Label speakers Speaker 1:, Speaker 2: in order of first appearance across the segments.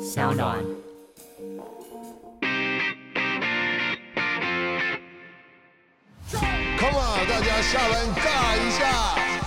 Speaker 1: 小暖。
Speaker 2: Come on，大家下班尬一下。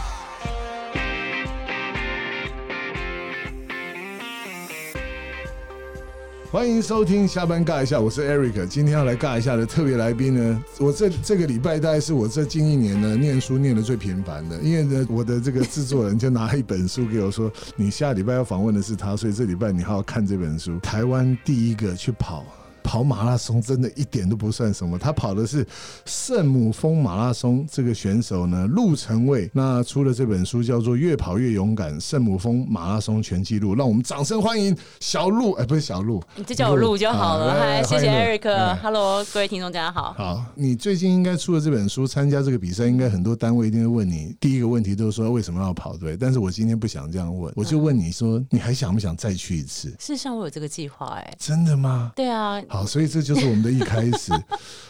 Speaker 2: 欢迎收听下班尬一下，我是 Eric。今天要来尬一下的特别来宾呢，我这这个礼拜大概是我这近一年呢念书念的最频繁的，因为呢我的这个制作人就拿一本书给我说，你下礼拜要访问的是他，所以这礼拜你好好看这本书。台湾第一个去跑。跑马拉松真的一点都不算什么，他跑的是圣母峰马拉松。这个选手呢，陆成伟，那出了这本书叫做《越跑越勇敢：圣母峰马拉松全记录》，让我们掌声欢迎小鹿，哎、不是小鹿，
Speaker 1: 你就叫我录就好了。
Speaker 2: 啊来
Speaker 1: 嗨，谢谢
Speaker 2: 欢迎鹿哎
Speaker 1: Eric，Hello，各位听众大家好。
Speaker 2: 好，你最近应该出了这本书，参加这个比赛，应该很多单位一定会问你第一个问题，都是说为什么要跑对？但是我今天不想这样问，我就问你说，你还想不想再去一次？
Speaker 1: 事实上，我有这个计划哎。
Speaker 2: 真的吗？
Speaker 1: 对啊，
Speaker 2: 好，所以这就是我们的一开 始。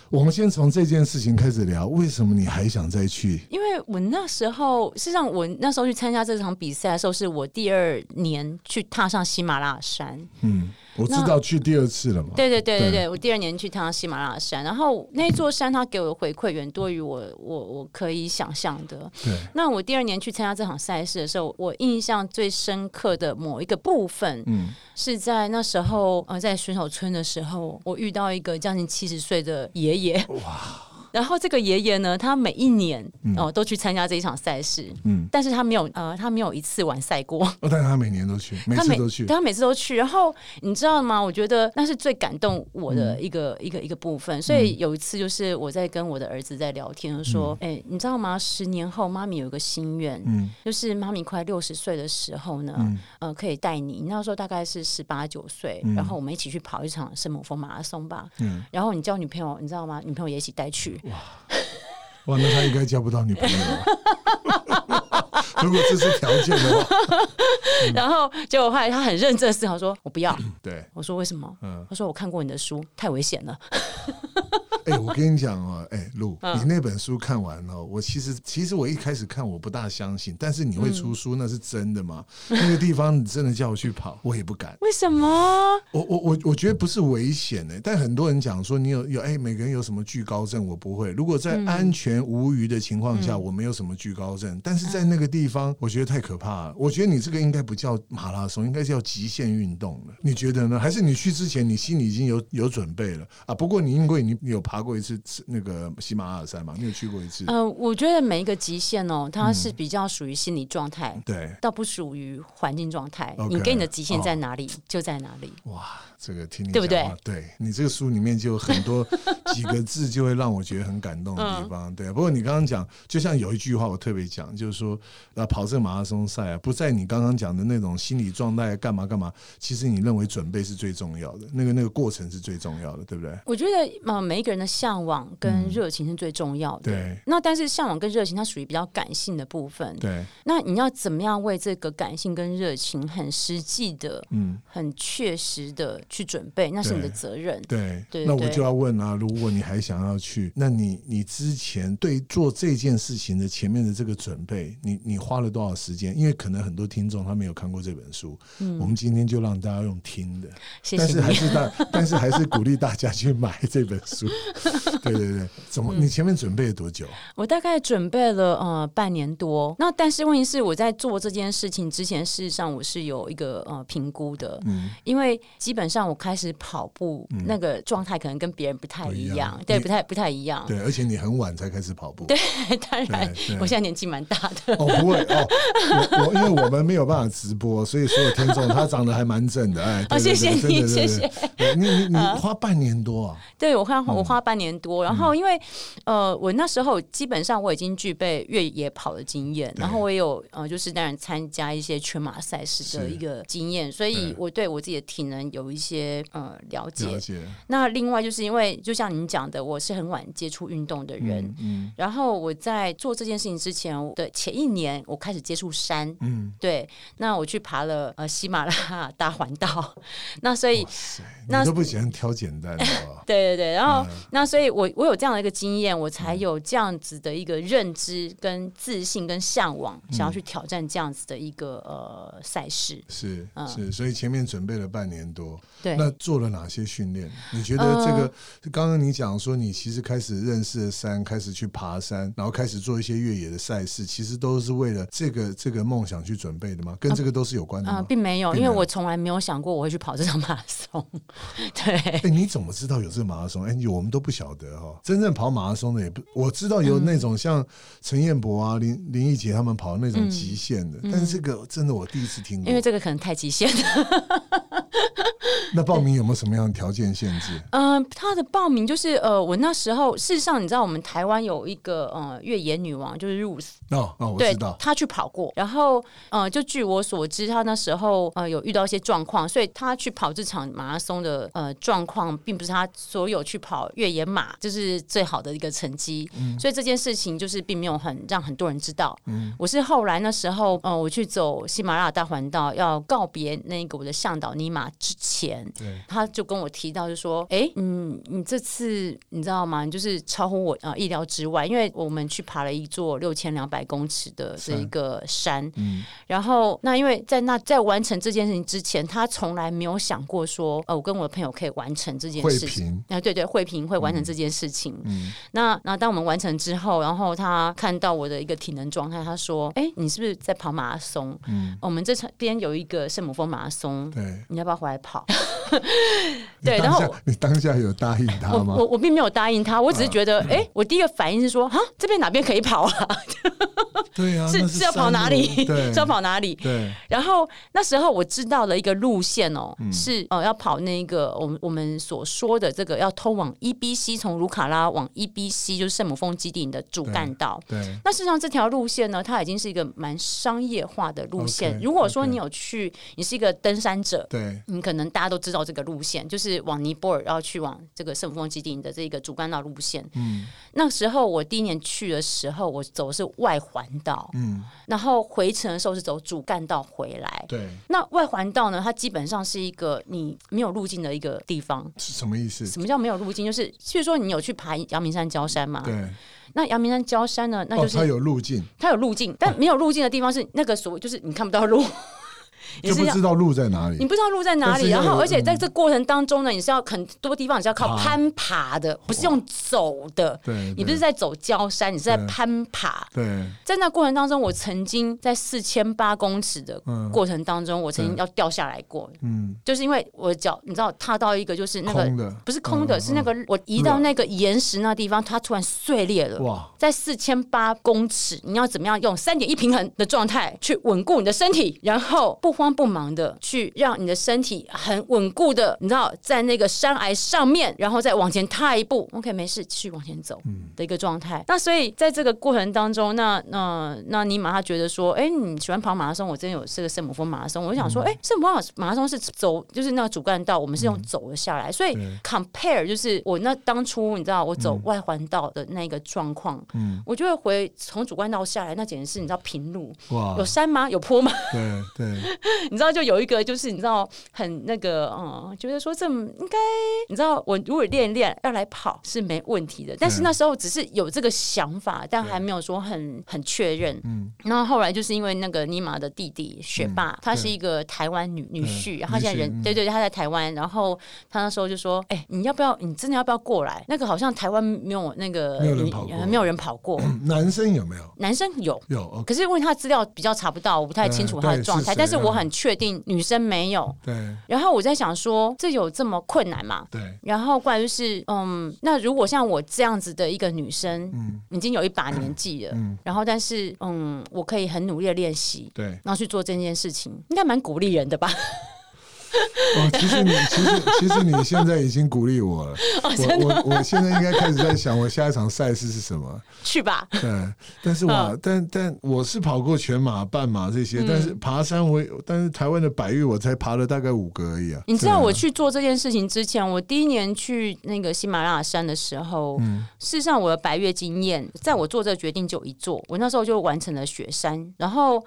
Speaker 2: 我们先从这件事情开始聊，为什么你还想再去？
Speaker 1: 因为我那时候，事实上我那时候去参加这场比赛的时候，是我第二年去踏上喜马拉雅山。
Speaker 2: 嗯，我知
Speaker 1: 那
Speaker 2: 道去第二次了嘛。
Speaker 1: 对对对对
Speaker 2: 对
Speaker 1: 对，我第二年去趟喜马拉雅山，然后那座山它给我的回馈远多于我我我可以想象的。
Speaker 2: 对，
Speaker 1: 那我第二年去参加这场赛事的时候，我印象最深刻的某一个部分，
Speaker 2: 嗯
Speaker 1: 是在那时候呃，在选手村的时候，我遇到一个将近七十岁的爷爷。哇！然后这个爷爷呢，他每一年哦、都去参加这一场赛事，
Speaker 2: 嗯。
Speaker 1: 但是他没有呃，他没有一次完赛过。
Speaker 2: 哦，但是他每年都去，每
Speaker 1: 他
Speaker 2: 次
Speaker 1: 每
Speaker 2: 都去
Speaker 1: 对。他每次都去。然后你知道吗？我觉得那是最感动我
Speaker 2: 嗯
Speaker 1: 的一个、一个一个部分。所以有一次，就是我在跟我的儿子在聊天，就说：“哎、你知道吗？十年后，妈咪有一个心愿，
Speaker 2: 嗯
Speaker 1: 就是妈咪快六十岁的时候呢，呃，可以带你。那时候大概是十八九岁，然后我们一起去跑一场圣母峰马拉松吧。
Speaker 2: 嗯
Speaker 1: 然后你叫女朋友，你知道吗？女朋友也一起带去。
Speaker 2: 哇，那他应该交不到女朋友了。 如果这是条件的话，
Speaker 1: 然后结果后来他很认真地思考说：我不要。
Speaker 2: 对。
Speaker 1: 我说为什么？
Speaker 2: 嗯
Speaker 1: 他说我看过你的书，太危险了。
Speaker 2: 哎、我跟你讲哦，哎、陆，你那本书看完了，我其实其实我一开始看我不大相信，但是你会出书、那是真的吗？那个地方你真的叫我去跑，我也不敢。
Speaker 1: 为什么？
Speaker 2: 我我我我觉得不是危险的、但很多人讲说你有有哎、每个人有什么惧高症，我不会。如果在安全无虞的情况下，我没有什么惧高症，但是在那个地方，我觉得太可怕了。我觉得你这个应该不叫马拉松，应该叫极限运动了。你觉得呢？还是你去之前你心里已经有有准备了啊？不过你因为你你有爬过一次那个喜马拉雅山嘛，你有去过一次，
Speaker 1: 呃，我觉得每一个极限哦，它是
Speaker 2: 嗯
Speaker 1: 比较属于心理状态，
Speaker 2: 对。
Speaker 1: 倒不属于环境状态。
Speaker 2: 嗯 OK，
Speaker 1: 你跟你的极限在哪里，就在哪里。
Speaker 2: 哇，这个听你
Speaker 1: 对不
Speaker 2: 讲话对你这个书里面就有很 多几个字，就会让我觉得很感动的地方。
Speaker 1: 嗯
Speaker 2: 对，不过你刚刚讲，就像有一句话我特别讲，就是说，啊，跑这个马拉松赛啊，不在你刚刚讲的那种心理状态干嘛干嘛，其实你认为准备是最重要的，那个那个过程是最重要的，对不对？
Speaker 1: 我觉得，呃，每一个人的向往跟热情是最重要的。
Speaker 2: 嗯对
Speaker 1: 那但是向往跟热情，它属于比较感性的部分。
Speaker 2: 对，
Speaker 1: 那你要怎么样为这个感性跟热情很实际的、
Speaker 2: 嗯。
Speaker 1: 很确实的去准备，那是你的
Speaker 2: 对
Speaker 1: 责任。
Speaker 2: 对，
Speaker 1: 对
Speaker 2: 那我
Speaker 1: 对
Speaker 2: 就要问啊，如果你还想要去，那你你之前对做这件事情的前面的这个准备，你你花了多少时间？因为可能很多听众他没有看过这本书，我们今天就让大家用听的，
Speaker 1: 嗯谢
Speaker 2: 但
Speaker 1: 谢
Speaker 2: 是还
Speaker 1: 你。
Speaker 2: 是大， 但是还是鼓励大家去买这本书。 对对对，
Speaker 1: 嗯
Speaker 2: 怎么？你前面准备了多久？
Speaker 1: 我大概准备了呃半年多，那但是问题是我在做这件事情之前，事实上我是有一个呃评估的，
Speaker 2: 嗯，
Speaker 1: 因为基本上我开始跑步、那个状态可能跟别人不太
Speaker 2: 不一
Speaker 1: 一
Speaker 2: 样
Speaker 1: 样，对，
Speaker 2: 你
Speaker 1: 不太不太一样。
Speaker 2: 对，而且你很晚才开始跑步。对，
Speaker 1: 当然
Speaker 2: 对对，
Speaker 1: 我现在年纪蛮大的，
Speaker 2: 哦，不会哦，我我因为我们没有办法直播，所以所有听众他长得还蛮正的，哎，对
Speaker 1: 哦
Speaker 2: 对对
Speaker 1: 谢谢你
Speaker 2: 真的
Speaker 1: 谢谢。嗯
Speaker 2: 对对你你你花半年多啊？
Speaker 1: 对我花我花半年多，
Speaker 2: 嗯
Speaker 1: 然后因为呃，我那时候基本上我已经具备越野跑的经验，然后我也有呃，就是当然参加一些全马赛事的
Speaker 2: 是
Speaker 1: 一个经验，所以
Speaker 2: 对
Speaker 1: 我对我自己的体能有一些呃了解。
Speaker 2: 了解，
Speaker 1: 那另外就是因为，就像您讲的，我是很晚接触运动的人。
Speaker 2: 嗯嗯
Speaker 1: 然后我在做这件事情之前我的前一年，我开始接触山。
Speaker 2: 嗯，
Speaker 1: 对，那我去爬了呃喜马拉雅 大环道，那所以
Speaker 2: 哇塞
Speaker 1: 那
Speaker 2: 你都不喜欢挑简单的哦 嗯
Speaker 1: 对对对，然后那所以我我有这样的一个经验，我才有这样子的一个认知、跟自信、跟向往，
Speaker 2: 嗯
Speaker 1: 想要去挑战这样子的一个呃赛事。
Speaker 2: 是
Speaker 1: 嗯
Speaker 2: 是，所以前面准备了半年多，
Speaker 1: 对，呃
Speaker 2: 那做了哪些训练？你觉得这个刚刚你讲说，你其实开始认识了山，开始去爬山，然后开始做一些越野的赛事，其实都是为了这个这个梦想去准备的吗？跟这个都是有关的
Speaker 1: 啊、
Speaker 2: 吗？
Speaker 1: 并没有，
Speaker 2: 并
Speaker 1: 因
Speaker 2: 没
Speaker 1: 为
Speaker 2: 有
Speaker 1: 我从来没有想过我会去跑这场马拉松。 对，
Speaker 2: 哎、你怎么知道有这个马拉松？哎、你我们都不晓得哦。真正跑马拉松的也不，我知道有那
Speaker 1: 嗯
Speaker 2: 种像陈彦博啊、林林奕杰他们跑那种极限的，但是这个真的我第一次听过
Speaker 1: 嗯因为。这个可能太极限了。
Speaker 2: 那报名有没有什么样的条件限制？
Speaker 1: 嗯、他的报名就是呃，我那时候事实上你知道，我们台湾有一个呃越野女王，就是 Rose，
Speaker 2: 哦哦，我
Speaker 1: 对
Speaker 2: 知道，。
Speaker 1: 他去跑过，然后呃，就据我所知，他那时候呃有遇到一些状况，所以他去跑这场马拉松的呃状况，并不是他所有去跑越野马就是最好的一个成绩，
Speaker 2: 嗯
Speaker 1: 所以这件事情就是并没有很让很多人知道。我是后来那时候呃，我去走喜马拉雅大环道，要告别那个我的向导尼玛之前，
Speaker 2: 对，
Speaker 1: 他就跟我提到，就说：“哎、嗯，你这次你知道吗？你就是超乎我啊意料之外，因为我们去爬了一座六千两百公尺的这一个山，
Speaker 2: 嗯，
Speaker 1: 然后那因为在那在完成这件事情之前，他从来没有想过说，呃，我跟我的朋友可以完成这件
Speaker 2: 慧
Speaker 1: 事情。”
Speaker 2: 萍，
Speaker 1: 啊，对对，慧萍会完成这件事情。
Speaker 2: 嗯
Speaker 1: 那那当我们完成之后，然后他看到我的一个体能状态，他说：“哎、你是不是在跑马拉松？
Speaker 2: 嗯，
Speaker 1: 我们这边有一个圣母峰马拉松，
Speaker 2: 对。
Speaker 1: 你要不要回来跑？”
Speaker 2: 你
Speaker 1: 对
Speaker 2: 当
Speaker 1: 然后
Speaker 2: 下
Speaker 1: 我
Speaker 2: 你当下有答应他
Speaker 1: 我
Speaker 2: 吗嗯
Speaker 1: 我？我并没有答应他，我只是觉得，哎、我第一个反应是说，啊，这边哪边可以跑啊？
Speaker 2: 对啊，那
Speaker 1: 是
Speaker 2: 是
Speaker 1: 是要跑哪里？
Speaker 2: 山路 对，
Speaker 1: 是要跑哪里？
Speaker 2: 对，
Speaker 1: 然后那时候我知道了一个路线哦，
Speaker 2: 嗯
Speaker 1: 是呃要跑那个我们我们所说的这个要通往 EBC，从卢卡拉往 EBC 就是圣母峰基地的主干道。
Speaker 2: 对，
Speaker 1: 那事实上，这条路线呢，它已经是一个蛮商业化的路线。
Speaker 2: OK，
Speaker 1: 如果说
Speaker 2: OK
Speaker 1: 你有去，你是一个登山者，
Speaker 2: 对，
Speaker 1: 你可能大家都知道这个路线，就是往尼泊尔，然后去往这个圣母峰基地的这个主干道路线。
Speaker 2: 嗯
Speaker 1: 那时候我第一年去的时候，我走的是外环道，
Speaker 2: 嗯，
Speaker 1: 然后回程的时候是走主干道回来。
Speaker 2: 对，
Speaker 1: 那外环道呢，它基本上是一个你没有路径的一个地方。
Speaker 2: 是什么意思？
Speaker 1: 什么叫没有路径？就是，譬如说你有去爬阳明山礁山嘛？
Speaker 2: 对，
Speaker 1: 那阳明山礁山呢，那
Speaker 2: 哦
Speaker 1: 就，是、
Speaker 2: 它有路径，
Speaker 1: 它有路径，但没有路径的地方是那个所谓就是你看不到路， 你
Speaker 2: 就是不
Speaker 1: 要
Speaker 2: 知道路在哪里
Speaker 1: 你。不知道路在哪
Speaker 2: 但
Speaker 1: 里，
Speaker 2: 是嗯要
Speaker 1: 然
Speaker 2: 有
Speaker 1: 后而且在这过程当中呢，你是要很多地方你是要靠
Speaker 2: 爬
Speaker 1: 攀爬的，不是用走的。
Speaker 2: 对，
Speaker 1: 你
Speaker 2: 对
Speaker 1: 不是在走焦山，你是在
Speaker 2: 对
Speaker 1: 攀爬。
Speaker 2: 对，
Speaker 1: 在那过程当中，我曾经在四千八公尺的
Speaker 2: 嗯
Speaker 1: 过程当中，我曾经要掉下来过，
Speaker 2: 嗯，
Speaker 1: 就是因为我的脚，你知道，踏到一个就是那
Speaker 2: 空
Speaker 1: 个
Speaker 2: 的
Speaker 1: 不是空的，
Speaker 2: 嗯
Speaker 1: 是那个我移到那个岩石那地方，它突然碎裂了。
Speaker 2: 哇，
Speaker 1: 在四千八公尺，你要怎么样用三点一平衡的状态去稳固你的身体，然后不慌不忙的去让你的身体很稳固的，你知道在那个山崖上面，然后再往前踏一步，OK，没事，继续往前走的一个状态。那所以在这个过程当中，那那那尼玛他觉得说，哎、你喜欢跑马拉松，我之前有这个圣母峰马拉松，我就想说，哎、圣母峰马拉松是走就是那个主干道，我们是用走了下来，所以
Speaker 2: 对
Speaker 1: compare 就是我那当初你知道我走外环道的那个状况，
Speaker 2: 嗯
Speaker 1: 我就会回从主干道下来，那简直是你知道平路，
Speaker 2: 哇
Speaker 1: 有，山吗？ 有坡吗？
Speaker 2: 对对，
Speaker 1: 你知道就有一个就是你知道很那个嗯，觉得说这应该你知道我如果练一练要来跑是没问题的，但
Speaker 2: 嗯
Speaker 1: 是那时候只是有这个想法，但还没有说很很确认。
Speaker 2: 嗯，
Speaker 1: 然后后来就是因为那个尼玛的弟弟学霸，他是一个台湾女女婿，然后他现在人
Speaker 2: 女婿嗯
Speaker 1: 对对，他在台湾，然后他那时候就说：“哎、你要不要？你真的要不要过来？那个好像台湾没有那个
Speaker 2: 没有人跑过
Speaker 1: 呃没有人跑 过，
Speaker 2: 男生有没有？
Speaker 1: 男生有。”
Speaker 2: 有，OK，
Speaker 1: 可是因为他资料比较查不到，我不太清楚他的
Speaker 2: 嗯对
Speaker 1: 状态，
Speaker 2: 是谁
Speaker 1: 但是我
Speaker 2: 嗯
Speaker 1: 很确定女生没有。
Speaker 2: 对
Speaker 1: 然后我在想说，这有这么困难吗？
Speaker 2: 对，
Speaker 1: 然后过来就是，嗯，那如果像我这样子的一个女生，
Speaker 2: 嗯
Speaker 1: 已经有一把年纪了，
Speaker 2: 嗯，
Speaker 1: 然后但是，嗯，我可以很努力的练习，
Speaker 2: 对。
Speaker 1: 然后去做这件事情，应该蛮鼓励人的吧？
Speaker 2: 哦，其实你其实其实你现在已经鼓励我了，
Speaker 1: 哦
Speaker 2: 我我我现在应该开始在想我下一场赛事是什么。
Speaker 1: 去吧，
Speaker 2: 对，但是我但但我是跑过全马、半马这些，但是
Speaker 1: 嗯
Speaker 2: 爬山我也，但是台湾的百越我才爬了大概五个而已啊。
Speaker 1: 你知道我去做这件事情之前，我第一年去那个喜马拉雅山的时候，事实上我的白月经验，在我做这个决定就有一做，我那时候就完成了雪山，然后。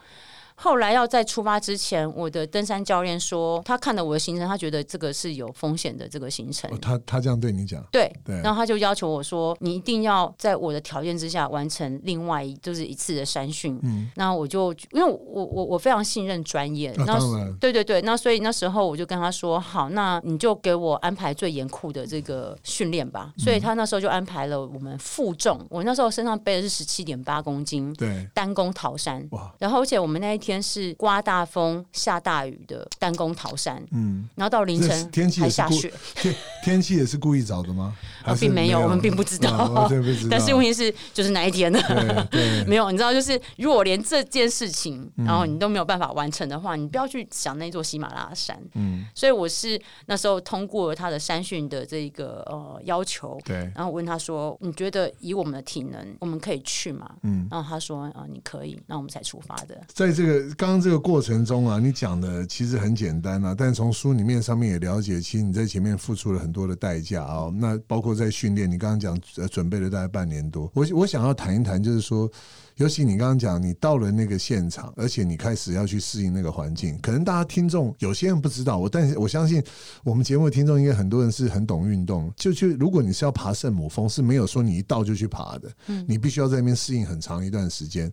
Speaker 1: 后来要在出发之前，我的登山教练说，他看了我的行程，他觉得这个是有风险的这个行程
Speaker 2: 哦、。他他这样对你讲，
Speaker 1: 对，
Speaker 2: 对啊
Speaker 1: 然后他就要求我说，你一定要在我的条件之下完成另外一就是一次的山训。
Speaker 2: 嗯，
Speaker 1: 那我就因为我我我非常信任专业，
Speaker 2: 那、
Speaker 1: 那
Speaker 2: 当然，
Speaker 1: 对对对，那所以那时候我就跟他说，好，那你就给我安排最严酷的这个训练吧。
Speaker 2: 嗯
Speaker 1: 所以他那时候就安排了我们负重，我那时候身上背的是十七点八公斤
Speaker 2: 对，
Speaker 1: 单弓逃山，
Speaker 2: 哇，
Speaker 1: 然后而且我们那一天是刮大风、下大雨的单弓逃山，
Speaker 2: 嗯，
Speaker 1: 然后到凌
Speaker 2: 这是
Speaker 1: 晨
Speaker 2: 天气也
Speaker 1: 还
Speaker 2: 是
Speaker 1: 下
Speaker 2: 故
Speaker 1: 雪，
Speaker 2: 天天气也是故意找的吗？还
Speaker 1: 啊，
Speaker 2: 是
Speaker 1: 并没有，我们并不知
Speaker 2: 啊我
Speaker 1: 道。
Speaker 2: 真不知道，
Speaker 1: 但是问题是，就是那一天呢，
Speaker 2: 对对，
Speaker 1: 没有，你知道，就是如果连这件事情，
Speaker 2: 嗯
Speaker 1: 然后你都没有办法完成的话，你不要去想那座喜马拉雅山。
Speaker 2: 嗯，
Speaker 1: 所以我是那时候通过他的山训的这个呃要求，
Speaker 2: 对，
Speaker 1: 然后我问他说：“你觉得以我们的体能，我们可以去吗？”
Speaker 2: 嗯。
Speaker 1: 然后他说：“啊、你可以。”那我们才出发的。
Speaker 2: 在这个刚刚这个过程中啊，你讲的其实很简单啊，但从书里面上面也了解，其实你在前面付出了很多的代价啊、那包括在训练，你刚刚讲呃准备了大概半年多，我我想要谈一谈，就是说，尤其你刚刚讲你到了那个现场，而且你开始要去适应那个环境，可能大家听众有些人不知道，我但是我相信我们节目的听众应该很多人是很懂运动，就去如果你是要爬圣母峰，是没有说你一到就去爬的，你必须要在那边适应很长一段时间。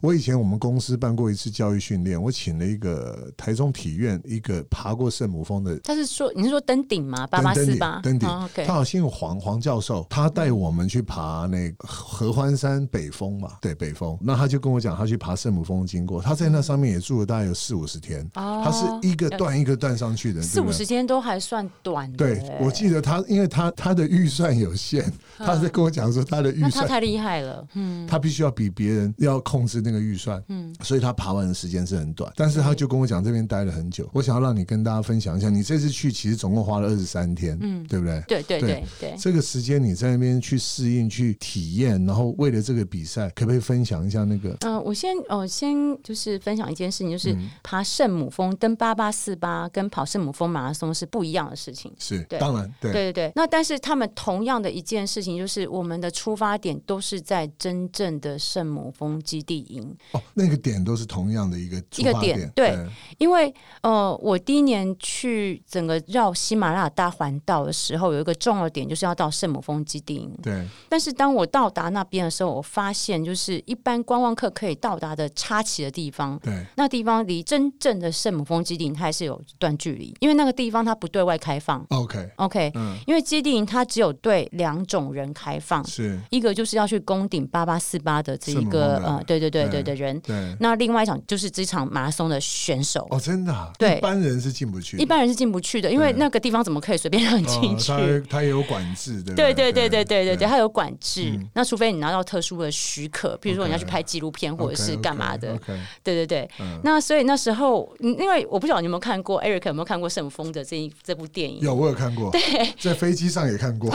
Speaker 2: 我以前我们公司办过一次教育训练，我请了一个台中体院一个爬过圣母峰的
Speaker 1: 他是说：“你是说登顶吗？八
Speaker 2: 登
Speaker 1: 八
Speaker 2: 登
Speaker 1: 四
Speaker 2: 顶
Speaker 1: 八？
Speaker 2: 登顶
Speaker 1: 哦，OK
Speaker 2: 他。好像有黄黄教授，他带我们去爬那个合欢山北峰嘛，对北峰。那他就跟我讲，他去爬圣母峰的经过，他在那上面也住了大概有四五十天，
Speaker 1: 哦
Speaker 2: 他是一个段一个段上去的，
Speaker 1: 四
Speaker 2: 对不
Speaker 1: 五
Speaker 2: 对
Speaker 1: 十天都还算短的、欸
Speaker 2: 对，我记得他，因为他他的预算有限，
Speaker 1: 嗯
Speaker 2: 他在跟我讲说他的预
Speaker 1: 那他
Speaker 2: 算
Speaker 1: 太厉害了。嗯，
Speaker 2: 他必须要比别人要控制那个预算，嗯，所以他爬完的时间是很短，但是他就跟我讲这边待了很久。我想要让你跟大家分享一下，你这次去其实总共花了二十三天，嗯，对不对？
Speaker 1: 对对
Speaker 2: 对
Speaker 1: 对对。
Speaker 2: 这个时间你在那边去适应、去体验，然后为了这个比赛，可不可以分享一下那个？
Speaker 1: 嗯、我先哦、先就是分享一件事情，就是爬圣母峰、登八八四八跟跑圣母峰马拉松是不一样的事情。
Speaker 2: 是，
Speaker 1: 对
Speaker 2: 当然，对，
Speaker 1: 对对对，那但是他们同样的一件事情，就是我们的出发点都是在真正的圣母峰基地营，
Speaker 2: 哦，那个点都是同样的一个出
Speaker 1: 一个
Speaker 2: 发
Speaker 1: 点对因为呃，我第一年去整个绕喜马拉雅大环岛的时候，有一个重要点就是要到圣母峰基地营，
Speaker 2: 对，
Speaker 1: 但是当我到达那边的时候，我发现就是一般观光客可以到达的插旗的地方，
Speaker 2: 对，
Speaker 1: 那地方离真正的圣母峰基地营它还是有一段距离，因为那个地方它不对外开放。
Speaker 2: ，OK，
Speaker 1: OK，、
Speaker 2: 嗯
Speaker 1: 因为基地营它只有对两种人开放，
Speaker 2: 是，
Speaker 1: 一个就是要去攻顶八八四八的这一个
Speaker 2: 圣母峰的嗯
Speaker 1: 呃，对对对
Speaker 2: 对
Speaker 1: 对的人，
Speaker 2: 对，
Speaker 1: 那另外一场就是这场马拉松的选手，
Speaker 2: 哦，真的啊，
Speaker 1: 对
Speaker 2: 一般人是进不去的，
Speaker 1: 一般人是进不去的，因为那个地方怎么可以随便让你进去？
Speaker 2: 哦他他也有管制，对不
Speaker 1: 对对
Speaker 2: 对
Speaker 1: 对对对对对，它有管制。
Speaker 2: 嗯
Speaker 1: 那除非你拿到特殊的许可，比如说
Speaker 2: OK
Speaker 1: 你要去拍纪录片或者是干嘛的。
Speaker 2: OK，,
Speaker 1: 对对对。
Speaker 2: 嗯，
Speaker 1: 那所以那时候，嗯因为我不晓得你有没有看过 Eric 有没有看过《圣母峰》的这一这部电影？
Speaker 2: 有我有看过， 在飞机上也 看过，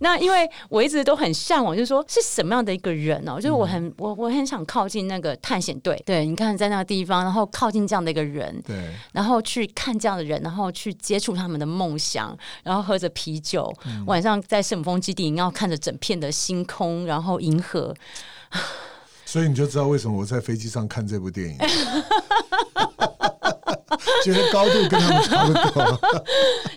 Speaker 1: 那因为我一直都很向往，就是说是什么样的一个人哦、就是我很我我很想靠近那个探险队，对，你看在那个地方，然后靠近这样的一个人，
Speaker 2: 对，
Speaker 1: 然后去看这样的人，然后去接触他们的梦想，然后喝着啤酒，晚上在圣母峰基地，然后看着整片的星空，然后银河，
Speaker 2: 所以你就知道为什么我在飞机上看这部电影，觉得高度跟他们差不多，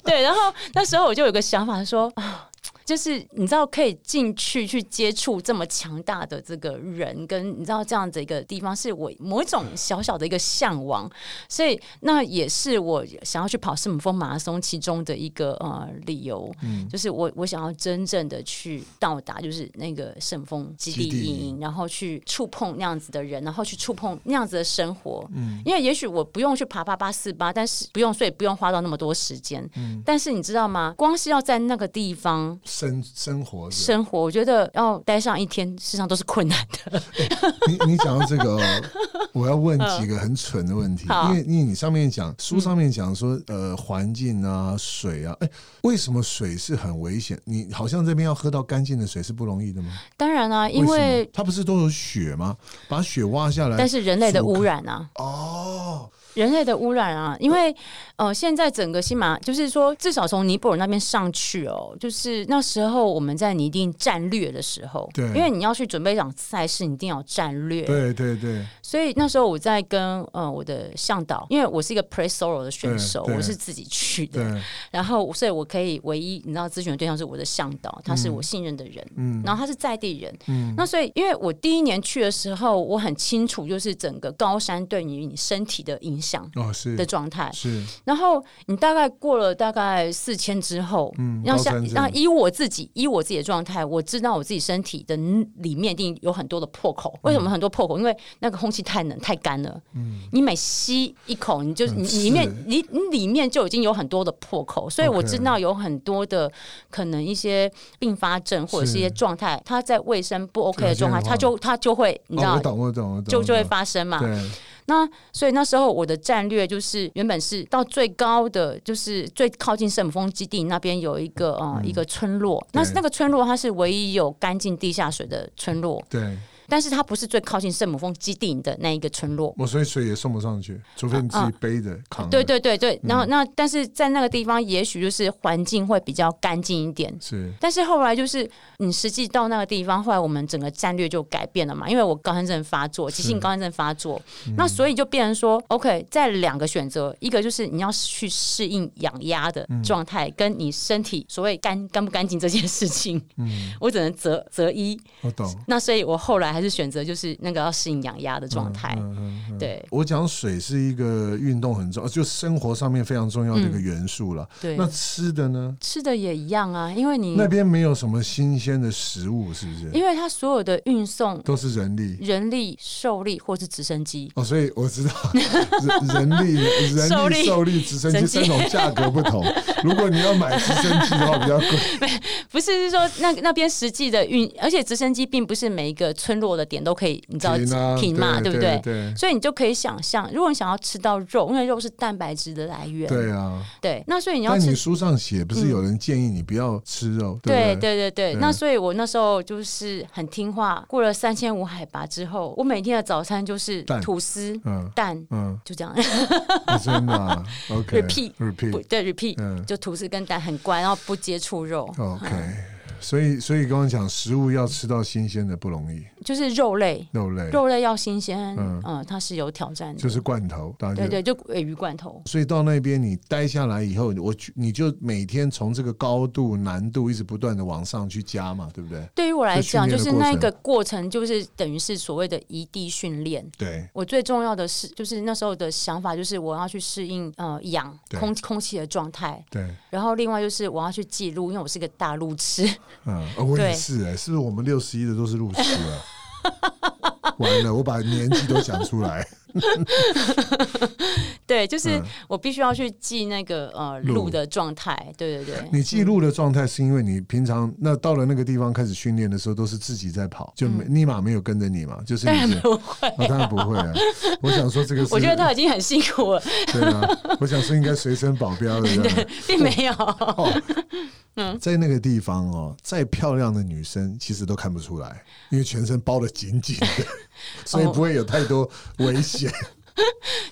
Speaker 1: 对，然后那时候我就有个想法说啊。就是你知道可以进去去接触这么强大的这个人，跟你知道这样子一个地方，是我某一种小小的一个向往，所以那也是我想要去跑圣母峰马拉松其中的一个呃理由，就是我我想要真正的去到达就是那个圣母峰基地
Speaker 2: 基地
Speaker 1: 营，然后去触碰那样子的人，然后去触碰那样子的生活。嗯，因为也许我不用去爬八八四八，但是不用，所以不用花到那么多时间。嗯，但是你知道吗？光是要在那个地方。
Speaker 2: 生生活着。
Speaker 1: 生活，我觉得要待上一天，事实上都是困难的。
Speaker 2: 你你讲到这个、哦，我要问几个很蠢的问题，
Speaker 1: 嗯好嗯
Speaker 2: 因为因为你上面讲书上面讲说，呃，环境啊，水啊，哎、为什么水是很危险？你好像这边要喝到干净的水是不容易的吗？
Speaker 1: 当然啦、因
Speaker 2: 为什哎
Speaker 1: 为
Speaker 2: 么它不是都有雪吗？把雪挖下来，
Speaker 1: 但是人类的
Speaker 2: 阻隔
Speaker 1: 污染啊，
Speaker 2: 哦，
Speaker 1: 人类的污染啊，因为呃，现在整个西马就是说，至少从尼泊尔那边上去哦，就是那时候我们在拟定战略的时候，
Speaker 2: 对
Speaker 1: 因为你要去准备一场赛事，你一定要有战略，
Speaker 2: 对对对，
Speaker 1: 所以那时候我在跟呃我的向导，因为我是一个 pre solo 的选手，
Speaker 2: 对对
Speaker 1: 我是自己去的，
Speaker 2: 对，
Speaker 1: 然后所以我可以唯一你知道咨询的对象是我的向导，他是我信任的人，
Speaker 2: 嗯
Speaker 1: 然后他是在地人，
Speaker 2: 嗯，
Speaker 1: 那所以，因为我第一年去的时候，我很清楚就是整个高山对你你身体的影响
Speaker 2: 哦是
Speaker 1: 的状态。
Speaker 2: 是，
Speaker 1: 然后你大概过了大概四千之后，
Speaker 2: 嗯
Speaker 1: 要
Speaker 2: 高
Speaker 1: 像
Speaker 2: 山症
Speaker 1: 那依我自己依我自己的状态，我知道我自己身体的里面一定有很多的破
Speaker 2: 嗯
Speaker 1: 口。为什么很多破口？因为那个空气太冷太干了。你每吸一口，你就
Speaker 2: 嗯
Speaker 1: 你
Speaker 2: 是
Speaker 1: 你里面你你里面就已经有很多的破口，所以
Speaker 2: OK
Speaker 1: 我知道有很多的可能一些并发症或者
Speaker 2: 是
Speaker 1: 是一些状态，它在卫生不 OK
Speaker 2: 条
Speaker 1: 的
Speaker 2: 件
Speaker 1: 状态，
Speaker 2: 的
Speaker 1: 它就它就会你知
Speaker 2: 哦
Speaker 1: 道
Speaker 2: 我。懂我懂我懂，
Speaker 1: 就就会
Speaker 2: 懂
Speaker 1: 发生嘛，
Speaker 2: 对，
Speaker 1: 那所以那时候我的战略就是原本是到最高的，就是最靠近圣母峰基地那边有一个呃、一个村落，那是那个村落它是唯一有干净地下水的村落，
Speaker 2: 对，
Speaker 1: 但是它不是最靠近圣母峰基地的那一个村落。
Speaker 2: 我所以水也送不上去，除非你自己背着扛着。
Speaker 1: 啊对对对对，然后那但是在那个地方，也许就是环境会比较干净一点。
Speaker 2: 是
Speaker 1: 但是后来就是你实际到那个地方，后来我们整个战略就改变了嘛，因为我高山症发作，急性高山症发作，
Speaker 2: 嗯
Speaker 1: 那所以就变成说，OK，在两个选择，一个就是你要去适应养鸭的
Speaker 2: 嗯
Speaker 1: 状态，跟你身体所谓干干不干净这件事情，
Speaker 2: 嗯
Speaker 1: 我只能择择一。
Speaker 2: 我懂。
Speaker 1: 那所以我后来还是选择就是那个要适应养鸭的状态，对
Speaker 2: 嗯我讲水是一个运动很重哦要，就生活上面非常重要的一个元素了。
Speaker 1: 嗯对。
Speaker 2: 那吃的呢？
Speaker 1: 吃的也一样啊，因为你
Speaker 2: 那边没有什么新鲜的食物，是不是？
Speaker 1: 因为它所有的运送
Speaker 2: 都是人力
Speaker 1: 人力、兽力或是直升机，
Speaker 2: 哦，所以我 知道人人力、人
Speaker 1: 受
Speaker 2: 力、
Speaker 1: 力
Speaker 2: 受力、直升机
Speaker 1: 直升
Speaker 2: 三
Speaker 1: 机
Speaker 2: 种价格 不同。如果你要买直升机的话，比较贵。
Speaker 1: 不是是说那那边实际的运，而且直升机并不是每一个村落的点都可以，你知道
Speaker 2: 停啊，
Speaker 1: 停嘛，
Speaker 2: 对
Speaker 1: 不
Speaker 2: 对？对
Speaker 1: 所以你就可以想象，如果你想要吃到肉，因为肉是蛋白质的来源，
Speaker 2: 对啊！
Speaker 1: 对那所以你要
Speaker 2: 但
Speaker 1: 吃嗯
Speaker 2: 你书上写，不是有人建议你不要吃肉，
Speaker 1: 对对
Speaker 2: 不对？
Speaker 1: 对对，
Speaker 2: 对
Speaker 1: 那所以我那时候就是很听话，过了三千五海拔之后，我每天的早餐就是
Speaker 2: 蛋
Speaker 1: 吐司、
Speaker 2: 嗯
Speaker 1: 蛋，
Speaker 2: 嗯，
Speaker 1: 就这样，
Speaker 2: 哦真的啊 OK
Speaker 1: Repeat不
Speaker 2: repeat
Speaker 1: 对，repeat，、
Speaker 2: 嗯哦
Speaker 1: 就吐司跟蛋很乖，然后不接触肉，
Speaker 2: OK。所以，所以刚刚讲食物要吃到新鲜的不容易，
Speaker 1: 就是肉类，
Speaker 2: 肉类
Speaker 1: 肉类要新鲜，
Speaker 2: 嗯
Speaker 1: 嗯、它是有挑战的，
Speaker 2: 就是罐头，大家
Speaker 1: 对
Speaker 2: 就
Speaker 1: 对，就鲔鱼罐头。
Speaker 2: 所以到那边你待下来以后，我去你就每天从这个高度难度一直不断的往上去加嘛，对不对？
Speaker 1: 对于我来讲，
Speaker 2: 这
Speaker 1: 就
Speaker 2: 训
Speaker 1: 是
Speaker 2: 练的
Speaker 1: 那个过程，就是等于是所谓的异地训练。
Speaker 2: 对，
Speaker 1: 我最重要的是，就是那时候的想法，就是我要去适应呃氧
Speaker 2: 对
Speaker 1: 空空气的状态，
Speaker 2: 对，
Speaker 1: 然后另外就是我要去记录，因为我是个大路痴，
Speaker 2: 嗯，哦我也
Speaker 1: 对
Speaker 2: 是哎、是不是我们六十一的都是路痴啊？ 完了，我把年纪都讲出 来，
Speaker 1: 对，就是
Speaker 2: 嗯
Speaker 1: 我必须要去记那个呃
Speaker 2: 路
Speaker 1: 路的状态，对对对。
Speaker 2: 你记录的状态是因为你平常那到了那个地方开始训练的时候，都是自己在跑，就没尼玛没有跟着你嘛，就是
Speaker 1: 当嗯
Speaker 2: 你
Speaker 1: 然
Speaker 2: 自己。
Speaker 1: 不会，
Speaker 2: 我、当然不会啊！我想说这个 是，
Speaker 1: 我觉得他已经很辛苦了，
Speaker 2: 对啊，我想说应该随身保镖 的这样。
Speaker 1: 并没 有。
Speaker 2: 在那个地方哦，再漂亮的女生其实都看不出来，因为全身包得紧紧 的，所以
Speaker 1: 哦
Speaker 2: 不会有太多危险。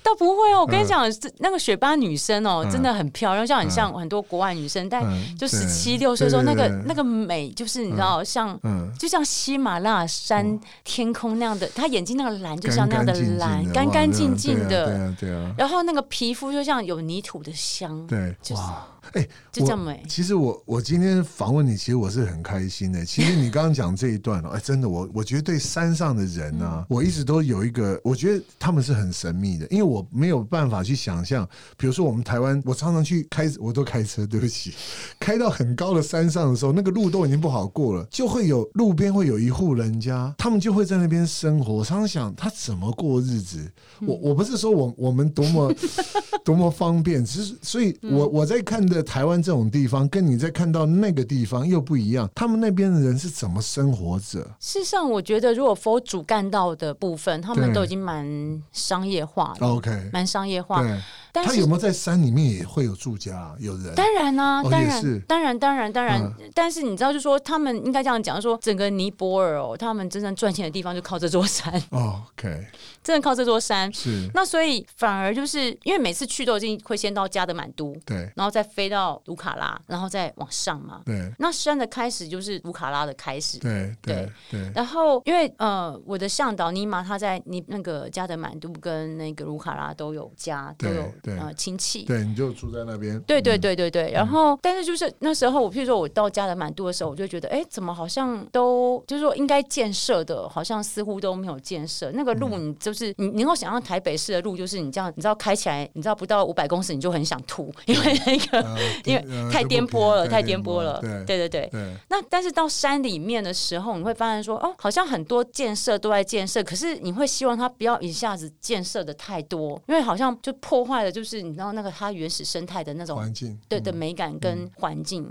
Speaker 1: 倒不会哦，我跟
Speaker 2: 嗯
Speaker 1: 你讲，这那个雪巴女生哦，
Speaker 2: 嗯
Speaker 1: 真的很漂亮，像很像很多国外女生，但
Speaker 2: 嗯
Speaker 1: 哎就
Speaker 2: 对
Speaker 1: 十七六岁的时候，
Speaker 2: 对
Speaker 1: 那
Speaker 2: 对
Speaker 1: 个
Speaker 2: 对
Speaker 1: 那个美，就是你知道，像
Speaker 2: 嗯
Speaker 1: 就像喜马拉雅山天空那样的，她眼睛那个蓝，就像那样
Speaker 2: 干
Speaker 1: 的
Speaker 2: 干净净的
Speaker 1: 蓝，
Speaker 2: 哇
Speaker 1: 干干净净
Speaker 2: 对
Speaker 1: 的，
Speaker 2: 啊，对啊，
Speaker 1: 然后那个皮肤就像有泥土的香，
Speaker 2: 对啊，对，
Speaker 1: 就是
Speaker 2: 哇，哎，
Speaker 1: 就
Speaker 2: 我
Speaker 1: 这样美
Speaker 2: 其实我我今天访问你，其实我是很开心的。其实你刚刚讲这一段哦，哎，真的，我我觉得对山上的人呢、我一直都有一个，我觉得他们是很神秘的，因为我没有办法去想象。比如说我们台湾，我常常去开，我都开车，对不起， 开到很高的山上的时候，那个路都已经不好过了，就会有路边会有一户人家，他们就会在那边生活。我常常想，他怎么过日子？我我不是说我我们多么 多么方便，只是所以
Speaker 1: 嗯
Speaker 2: 我，我在看的台湾这种地方，跟你在看到那个地方又不一样。他们那边的人是怎么生活着？
Speaker 1: 事实上，我觉得如果佛主干道的部分，他们
Speaker 2: 对
Speaker 1: 都已经蛮商业化了，
Speaker 2: OK，
Speaker 1: 蛮商业化。
Speaker 2: 哦对，
Speaker 1: 哦但
Speaker 2: 他
Speaker 1: 是
Speaker 2: 有没有在山里面也会有住家啊？有人
Speaker 1: 当然啦、
Speaker 2: 哦
Speaker 1: 当
Speaker 2: 也
Speaker 1: 然
Speaker 2: 是，嗯
Speaker 1: 当然，当然，当然。但是你知道，就说他们应该这样讲，说整个尼泊尔哦，他们真正赚钱的地方就靠这座山，
Speaker 2: 哦，OK，
Speaker 1: 真的靠这座山。
Speaker 2: 是，
Speaker 1: 那所以反而就是因为每次去都已经会先到加德满都，
Speaker 2: 对
Speaker 1: 然后再飞到卢卡拉，然后再往上嘛。
Speaker 2: 对
Speaker 1: 那山的开始就是卢卡拉的开始。
Speaker 2: 对对对，
Speaker 1: 然后，因为呃，我的向导尼玛他在你那个加德满都跟那个卢卡拉都有家，都
Speaker 2: 对
Speaker 1: 有
Speaker 2: 对
Speaker 1: 呃亲戚。
Speaker 2: 对，你就住在那边，
Speaker 1: 对对对对对，然后但是就是那时候，我譬如说我到加德满都的时候，我就觉得，哎，怎么好像都就是说应该建设的，好像似乎都没有建设。那个路你就是、你你能够想象台北市的路，就是你这样，你知道开起来，你知道不到五百公尺你就很想吐，因为那个、
Speaker 2: 呃
Speaker 1: 因
Speaker 2: 颠呃
Speaker 1: 为太
Speaker 2: 就不
Speaker 1: 颠
Speaker 2: 平
Speaker 1: 簸了，
Speaker 2: 对
Speaker 1: 太
Speaker 2: 颠
Speaker 1: 颠簸了。
Speaker 2: 对
Speaker 1: 对对对。
Speaker 2: 对
Speaker 1: 那但是到山里面的时候，你会发现说，哦，好像很多建设都在建设，可是你会希望它不要一下子建设的太多，因为好像就破坏了，就是你知道那个它原始生态的那种
Speaker 2: 环境，嗯
Speaker 1: 对的美感跟环境。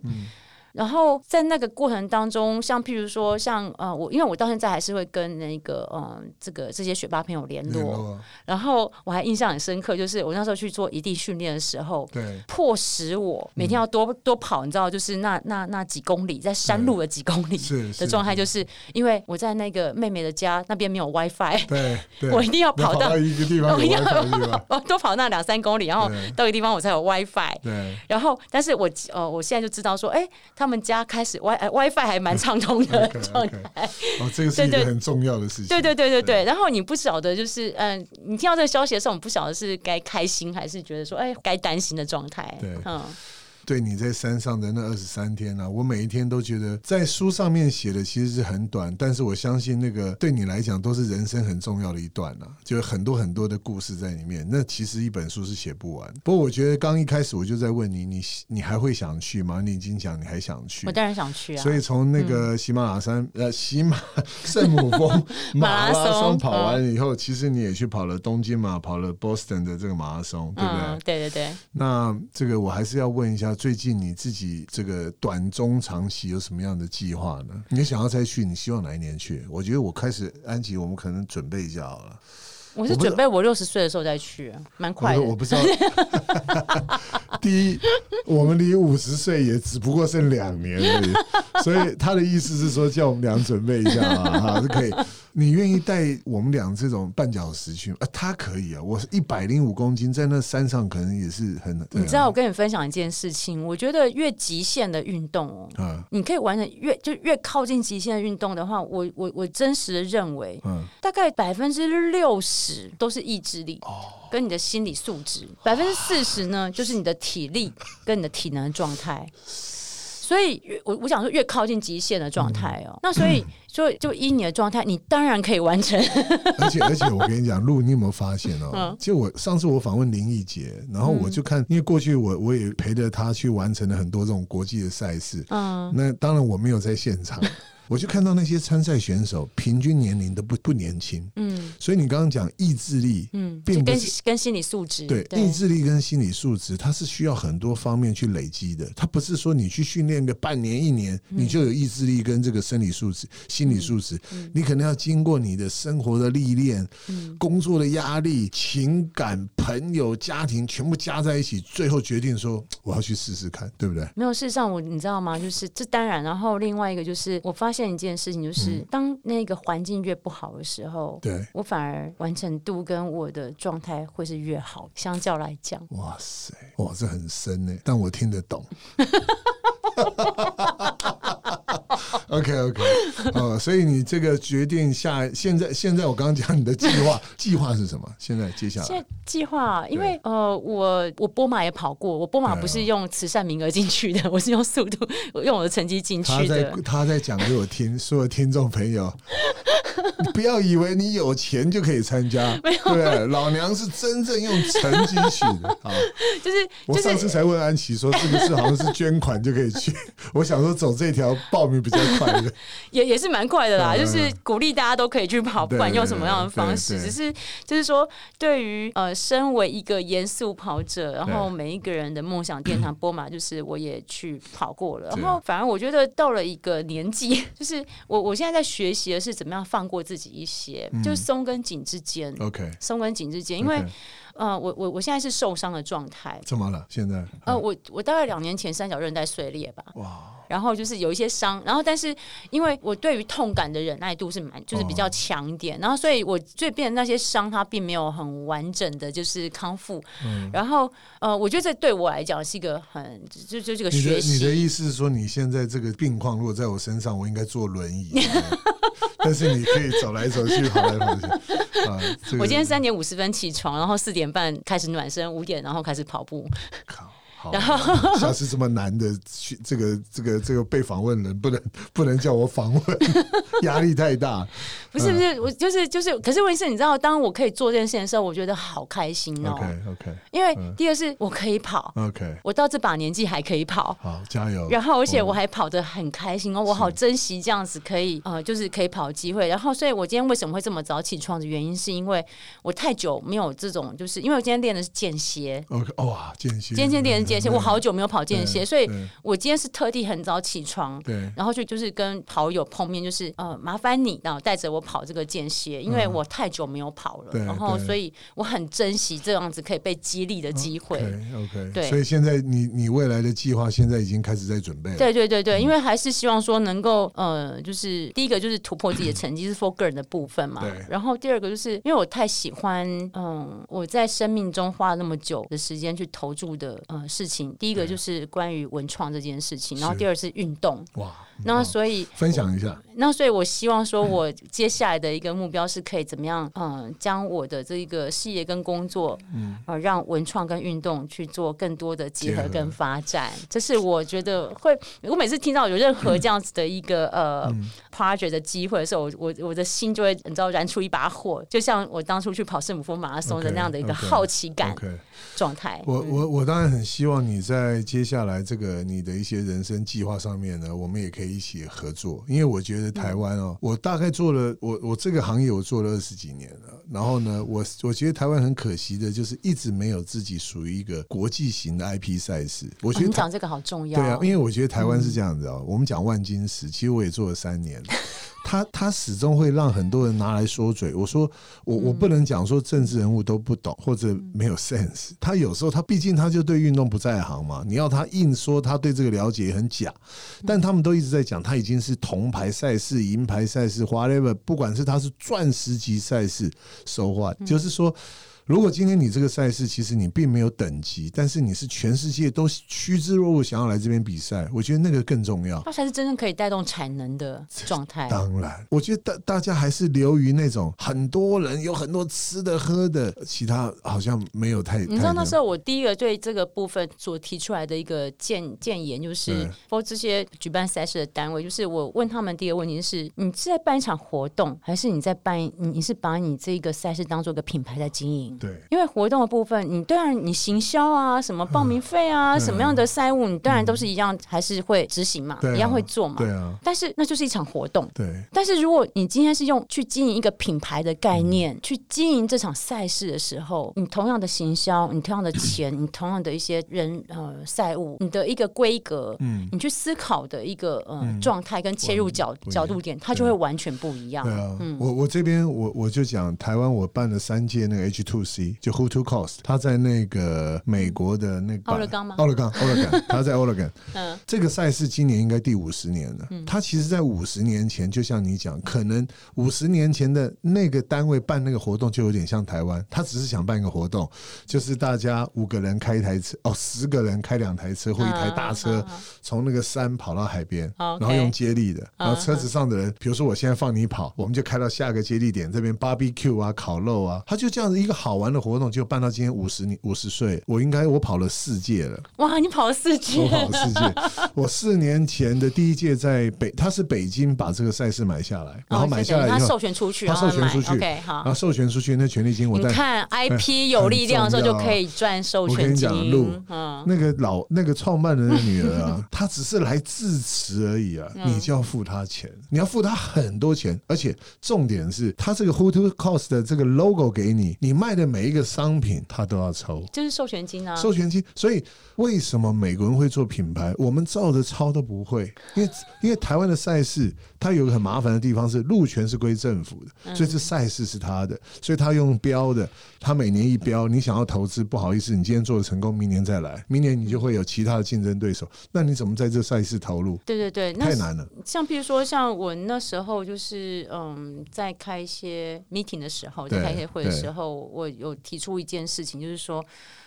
Speaker 1: 然后在那个过程当中，像譬如说，像呃，我因为我到现在还是会跟那个嗯、呃这个这些学霸朋友联
Speaker 2: 联
Speaker 1: 络，
Speaker 2: 络，
Speaker 1: 然后我还印象很深刻，就是我那时候去做异地训练的时候，
Speaker 2: 对嗯
Speaker 1: 迫使我每天要多、多跑，你知道，就是那那那几公里，在山路的几公里
Speaker 2: 是
Speaker 1: 的
Speaker 2: 是嗯
Speaker 1: 状态，就是因为我在那个妹妹的家那边没有 WiFi，
Speaker 2: 对对，
Speaker 1: 我一定要
Speaker 2: 你要
Speaker 1: 跑
Speaker 2: 到
Speaker 1: 到
Speaker 2: 一个地方有
Speaker 1: 我一定要
Speaker 2: WiFi 的地方，
Speaker 1: 我多跑那两三公里，然后
Speaker 2: 对
Speaker 1: 到一个地方我才有 WiFi。
Speaker 2: 对。
Speaker 1: 然后，但是我呃，我现在就知道说，哎，他们家开始 Wi 呃 WiFi 还蛮畅通的
Speaker 2: OK
Speaker 1: 状
Speaker 2: 嗯 OK，
Speaker 1: 态。
Speaker 2: 哦，这个是一
Speaker 1: 对对
Speaker 2: 个很重要的事情。
Speaker 1: 对对对对对，然后你不晓得就是，嗯、你听到这个消息的时候，你不晓得是该开心还是觉得说，哎，该担心的状态。
Speaker 2: 对
Speaker 1: 嗯，
Speaker 2: 对你在山上的那二十三天啊，我每一天都觉得在书上面写的其实是很短，但是我相信那个对你来讲都是人生很重要的一段啊，就是很多很多的故事在里面。那其实一本书是写不完。不过我觉得刚一开始我就在问你，你你还会想去吗？你已经讲你还想去
Speaker 1: 我。当然想去啊。
Speaker 2: 所以从那个喜马拉雅山，呃， 喜马圣母峰
Speaker 1: 马
Speaker 2: 马
Speaker 1: 拉
Speaker 2: 拉松
Speaker 1: 松
Speaker 2: 跑完以后，其实你也去跑了东京嘛，跑了 Boston 的这个马拉松，对不对
Speaker 1: 嗯？，对对对。
Speaker 2: 那这个我还是要问一下，最近你自己这个短中长期有什么样的计划呢？你想要再去，你希望哪一年去？我觉得我开始安吉，我们可能准备一下好了。
Speaker 1: 我是
Speaker 2: 我不知
Speaker 1: 准备我六十岁的时候再去啊，蛮快的
Speaker 2: 我。我不知道。 第一，我们离五十岁也只不过剩两年而已，所以他的意思是说，叫我们俩准备一下嘛，哈，是可以。你愿意带我们俩这种绊脚石去吗？啊，他可以啊，我一百零五公斤，在那山上可能也是很，对啊
Speaker 1: 你知道，我跟你分享一件事情，我觉得越极限的运动哦，
Speaker 2: 啊，
Speaker 1: 你可以玩的越就越靠近极限的运动的话，我我我真实的认为，
Speaker 2: 嗯，
Speaker 1: 大概百分之六十都是意志力
Speaker 2: 哦
Speaker 1: 跟你的心理素质，百分之四十呢就是你的体力跟你的体能状态。所以越，我我想说，越靠近极限的状态
Speaker 2: 嗯
Speaker 1: 哦，那所以，所以就依你的状态，你当然可以完成。
Speaker 2: 呃而且而且，我跟你讲，陆，你有没有发现
Speaker 1: 嗯
Speaker 2: 哦？就我上次我访问林奕杰，然后我就看，因为过去我我也陪着他去完成了很多这种国际的赛事，
Speaker 1: 嗯，
Speaker 2: 那当然我没有在现场， 我就看到那些参赛选手平均年龄都不不年轻，
Speaker 1: 嗯
Speaker 2: 所以你刚刚讲意志力，
Speaker 1: 嗯，
Speaker 2: 并
Speaker 1: 就
Speaker 2: 不
Speaker 1: 跟
Speaker 2: 是。
Speaker 1: 跟心理素质
Speaker 2: 对意志力跟心理素质，它是需要很多方面去累积的。它不是说你去训练个半年一年，
Speaker 1: 嗯
Speaker 2: 你就有意志力跟这个生理素质、心理素质。
Speaker 1: 嗯
Speaker 2: 你可能要经过你的生活的历练、工作的压力、情感、朋友、家庭全部加在一起，最后决定说我要去试试看，对不对？
Speaker 1: 没有，事实上我你知道吗？就是这当然，然后另外一个就是我发现一件事情，就是、当那个环境越不好的时候，
Speaker 2: 嗯对，
Speaker 1: 我反而完成度跟我的状态会是越好，相较来讲。
Speaker 2: 哇塞，哇，这很深呢，但我听得懂。OK OK，呃，所以你这个决定下，现在现在我刚刚讲你的计划， 计划是什么？现在接下
Speaker 1: 现
Speaker 2: 来
Speaker 1: 在计划，因为呃，我我波马也跑过，我波
Speaker 2: 啊
Speaker 1: 马不是用慈善名额进去的，我 是用速度，我用我的成绩进
Speaker 2: 他
Speaker 1: 去
Speaker 2: 在
Speaker 1: 的。
Speaker 2: 他在讲给我听，所有听众朋友， 你不要以为你有钱就可以 参加，对，老娘是真正用成绩去的 啊。好
Speaker 1: 就是
Speaker 2: 我
Speaker 1: 就
Speaker 2: 上
Speaker 1: 是
Speaker 2: 次 才问安琪说，是不是好像是捐款就可以去？我想说走这条报名比较快的。
Speaker 1: 也也是蛮快的啦，
Speaker 2: 嗯
Speaker 1: 就是鼓励大家都可以去跑，不管用什么样的方式，
Speaker 2: 对对
Speaker 1: 只是就是说，对于呃，身为一个严肃跑者，然后每一个人的梦想殿堂波马，就是我也去跑过了，
Speaker 2: 对
Speaker 1: 然后反而我觉得到了一个年纪， 就是我我现在在学习的是怎么样放过自己一些，就是松跟紧之间。
Speaker 2: OK，
Speaker 1: 松跟紧之间，因为
Speaker 2: 嗯哦 OK
Speaker 1: 呃，我我我现在是受伤的状态，
Speaker 2: 怎么了？现在
Speaker 1: 呃，我我大概两年前三角韧带碎裂吧，
Speaker 2: 哇，
Speaker 1: 然后就是有一些伤，然后但是因为我对于痛感的忍耐度是蛮就是比
Speaker 2: 哦
Speaker 1: 较强一点，然后所以我最变那些伤它并没有很完整的就是康复，
Speaker 2: 嗯
Speaker 1: 然后呃，我觉得这对我来讲是一个很就就这个
Speaker 2: 你的
Speaker 1: 学
Speaker 2: 你的
Speaker 1: 习。
Speaker 2: 意思是说，你现在这个病况，如果在我身上，我应该坐 轮椅，对不对但是你可以走来走去，跑来跑去啊。这个
Speaker 1: 我今天三点五十分起床，然后四点半开始暖身，五点然后开始跑步。
Speaker 2: 靠。好下次这么难的去这个这个这个被访问人不能不能叫我访问，压力太大。
Speaker 1: 不
Speaker 2: 嗯
Speaker 1: 是不是，我就是就是，可是问题是，你知道，当我可以做这件事情的时候，我觉得好开心 哦。
Speaker 2: OK 嗯 OK
Speaker 1: 因为第一个是我可以跑，
Speaker 2: OK，
Speaker 1: 我到这把年纪还可以跑，
Speaker 2: 好，加油。
Speaker 1: 然后，而
Speaker 2: 哦
Speaker 1: 且我还跑得很开心哦，我好珍惜这样子可以呃，就是可以跑的机会。然后，所以我今天为什么会这么早起床的原因，是因为我太久没有这种，就是因为我今天练的是间歇，
Speaker 2: OK，哇，哦间歇，
Speaker 1: 今天练的是间歇，
Speaker 2: 嗯
Speaker 1: 我好久没有跑间歇，所以
Speaker 2: 对
Speaker 1: 我今天是特地很早起床。
Speaker 2: 对
Speaker 1: 然后就就是跟跑友碰面，就是呃，麻烦你，然后带着我跑这个间歇，因为我太久没有跑了，
Speaker 2: 嗯对
Speaker 1: 然后
Speaker 2: 对嗯
Speaker 1: 所以我很珍惜这样子可以被激励的机会。
Speaker 2: OK，
Speaker 1: 对
Speaker 2: 所以现在你你未来的计划现在已经开始在准备了。
Speaker 1: 对对对
Speaker 2: 嗯
Speaker 1: 对，因为还是希望说能够呃，就是第一个就是突破自己的成绩是 for 个人的部分嘛
Speaker 2: 对，
Speaker 1: 然后第二个就是因为我太喜欢嗯，我在生命中花了那么久的时间去投注的呃事情，第一个就是关于文创这件事情，然后
Speaker 2: 是
Speaker 1: 第二是运动，
Speaker 2: 哇，
Speaker 1: 那
Speaker 2: 嗯
Speaker 1: 所以。
Speaker 2: 分享一下，
Speaker 1: 那所以，我希望说，我接下来的一个目标是可以怎么样，嗯，将我的这个事业跟工作，嗯，呃，让文创跟运动去做更多的结合
Speaker 2: 结合
Speaker 1: 跟发展。这是我觉得会，我每次听到有任何这样子的一个、呃
Speaker 2: 嗯
Speaker 1: project 的机会的时候，我我我的心就会你知道燃出一把火，就像我当初去跑圣母峰马拉松的
Speaker 2: OK，
Speaker 1: 那样的一个
Speaker 2: OK，
Speaker 1: 好奇感嗯
Speaker 2: OK，
Speaker 1: 状态。
Speaker 2: 我我我当然很希望你在接下来这个你的一些人生计划上面呢，我们也可以一起合作，因为我觉得台湾
Speaker 1: 嗯
Speaker 2: 哦，我大概做了我我这个行业我做了二十几年了，然后呢，我我觉得台湾很可惜的就是一直没有自己属于一个国际型的 IP 赛事，我
Speaker 1: 哦
Speaker 2: 觉得
Speaker 1: 你
Speaker 2: 台
Speaker 1: 讲这个好重要，哦嗯
Speaker 2: 对啊，因为我觉得台湾是这样子哦，我们讲万金石，其实我也做了三年，他他始终会让很多人拿来说嘴。我说我我不
Speaker 1: 嗯
Speaker 2: 能讲说政治人物都不懂或者没有 sense，他有时候他毕竟他就对运动不在行嘛，你要他硬说他对这个了解也很假，但他们都一直在讲他已经是铜牌赛事、银牌赛事、whatever，不管是他是钻石级赛事收获，就是说。如果今天你这个赛事其实你并没有等级，但是你是全世界都趋之若鹜想要来这边比赛，我觉得那个更重要。
Speaker 1: 它才是真正可以带动产能的状态。
Speaker 2: 当然，我觉得大大家还是流于那种很多人有很多吃的喝的，其他好像没有太。
Speaker 1: 你知道
Speaker 2: 太
Speaker 1: 那时候我第一个对这个部分所提出来的一个建建言，就是
Speaker 2: 对
Speaker 1: 说这些举办赛事的单位，就是我问他们第一个问题是：你是在办一场活动，还是你在办你你是把你这个赛事当做一个品牌在经营？
Speaker 2: 对
Speaker 1: 因为活动的部分，你当然你行销啊，什么报名费啊，什么样的赛务，你当然都是一样，还是会执行嘛，
Speaker 2: 对啊
Speaker 1: 一样会做嘛。
Speaker 2: 对啊，
Speaker 1: 但是那就是一场活动，
Speaker 2: 对
Speaker 1: 但是如果你今天是用去经营一个品牌的概念、去经营这场赛事的时候，你同样的行销，你同样的钱， 你同样的一些人呃赛务，你的一个规格，嗯，你去思考的一个呃状态跟切入角
Speaker 2: 不一样
Speaker 1: 角度点，它就会完全不一样嗯
Speaker 2: 对。啊，我我这边我我就讲台湾，我办了三届那个 H Two C，就 Who to Cost，他在那个美国的那个
Speaker 1: 奥勒冈吗
Speaker 2: 奥勒冈，奥勒冈，他在奥勒冈。这个赛事今年应该第五十年了。它其实，在五十年前，就像你讲，可能五十年前的那个单位办那个活动，就有点像台湾，他只是想办一个活动，就是大家五个人开一台车，哦，十个人开两台车或一台大车，从那个山跑到海边，
Speaker 1: OK
Speaker 2: 然后用接力的，然后车子上的人，比如说我现在放你跑，我们就开到下个接力点，这边 barbecue 啊，烤肉啊，他就这样子一个好好玩的活动，就办到今天五十年五十岁，我应该我跑了四届了。
Speaker 1: 哇，你跑了四届
Speaker 2: 我，跑世界，我四年前的第一届在北，他是北京把这个赛事买下来，然后
Speaker 1: 哦所
Speaker 2: 买
Speaker 1: 以
Speaker 2: 下
Speaker 1: 等于他
Speaker 2: 来以后
Speaker 1: 授，权出去，啊然
Speaker 2: 他
Speaker 1: 后
Speaker 2: 授权
Speaker 1: 买
Speaker 2: 出去，
Speaker 1: OK，
Speaker 2: 然后
Speaker 1: 好。
Speaker 2: 授权出去那权利金我
Speaker 1: 你
Speaker 2: 带。
Speaker 1: 看 IP 有力量的时候，
Speaker 2: 很
Speaker 1: 就
Speaker 2: 重要
Speaker 1: 可以赚授
Speaker 2: 我跟
Speaker 1: 权
Speaker 2: 你
Speaker 1: 金
Speaker 2: 讲路。
Speaker 1: 嗯，
Speaker 2: 那个老那个创办人的女儿 啊，她只是来致辞而已啊，
Speaker 1: 嗯
Speaker 2: 你就要付她钱，你要付她很多钱，而且重点是，她这个 Who to Cost 的这个 logo 给你，你卖的每一个商品，她都要抽。
Speaker 1: 就是授权金啊。
Speaker 2: 授权金，所以为什么美国人会做品牌，我们照着抄都不会？因为因为台湾的赛事，它有个很麻烦的地方是路权是归政府
Speaker 1: 嗯
Speaker 2: 的，所以这赛事是他的，所以他用标的，他每年一标，你想要投资，不好意思，你今天做的成功，明年再来，明年你就会有其他的竞争对手，那你怎么在这赛事投入？
Speaker 1: 对对对，那
Speaker 2: 太难了。
Speaker 1: 像比如说，像我那时候就是嗯，在开一些 meeting 的时候，
Speaker 2: 对
Speaker 1: 在开一些会的时候，我有提出一件事情，就是说。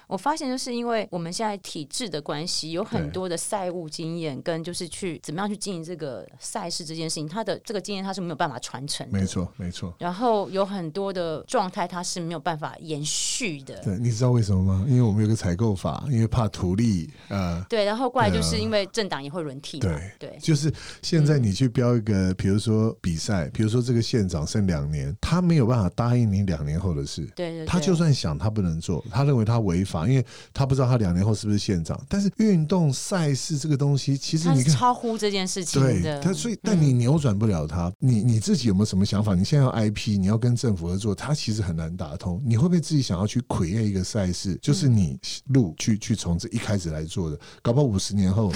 Speaker 1: 我发现，就是因为我们现在体制的关系，有很
Speaker 2: 对
Speaker 1: 多的赛务经验跟就是去怎么样去经营这个赛事这件事情，它的这个经验它是没有办法传承的
Speaker 2: 没，错，没错。
Speaker 1: 然后有很多的状态它是没有办法延续的。
Speaker 2: 对，你知道为什么吗？因为我们有个采购法，因为怕图利，呃，
Speaker 1: 对，然后过来就是
Speaker 2: 对啊
Speaker 1: 因为政党也会轮替嘛，对
Speaker 2: 就是现在你去标一个，比如说比赛，比如说这个县长剩两年，他没有办法答应你两年后的事。
Speaker 1: 对对，
Speaker 2: 他就算想，他不能做，他认为他违法，因为他不知道他两年后是不是县长。但是运动赛事这个东西，其实
Speaker 1: 他
Speaker 2: 你
Speaker 1: 是
Speaker 2: 看，
Speaker 1: 超乎这件事情
Speaker 2: 对
Speaker 1: 的，嗯
Speaker 2: 他，所以但你扭转不了他。你你自己有没有什么想法？你现在要 IP，你要跟政府合作，他其实很难打通。你会不会自己想要去 create 一个赛事，就是你路去去从这一开始来做的？搞不好五十年 后，